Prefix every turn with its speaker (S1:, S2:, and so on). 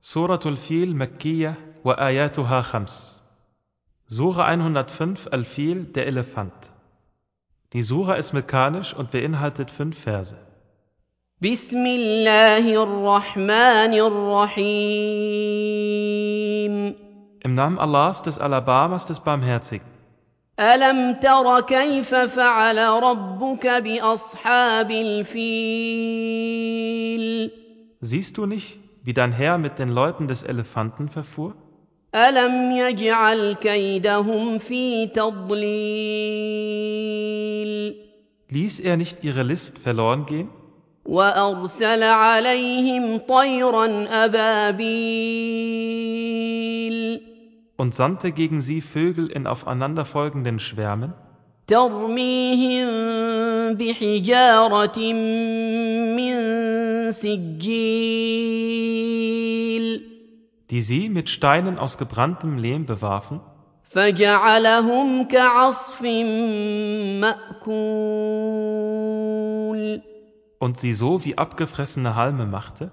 S1: Surah Al-Fil Mekkiyah wa ayatuha khams. Sura 105 Al-Fil, der Elefant. Die Sura ist mekanisch und beinhaltet fünf Verse.
S2: بسم الله الرحمن الرحيم
S1: Im Namen Allahs des Alabamas des Barmherzigen.
S2: ألم تر كيف فعل ربك بأصحاب الفيل
S1: Siehst du nicht, wie dein Herr mit den Leuten des Elefanten verfuhr?
S2: ألم يجعل كيدهم في تضليل
S1: Ließ er nicht ihre List verloren gehen?
S2: وأرسل عليهم طيرا أبابيل
S1: Und sandte gegen sie Vögel in aufeinanderfolgenden Schwärmen?
S2: ترميهم بحجارة من سجيل
S1: die sie mit Steinen aus gebranntem Lehm bewarfen,
S2: فجعلهم كعصف مأكول
S1: und sie so wie abgefressene Halme machte,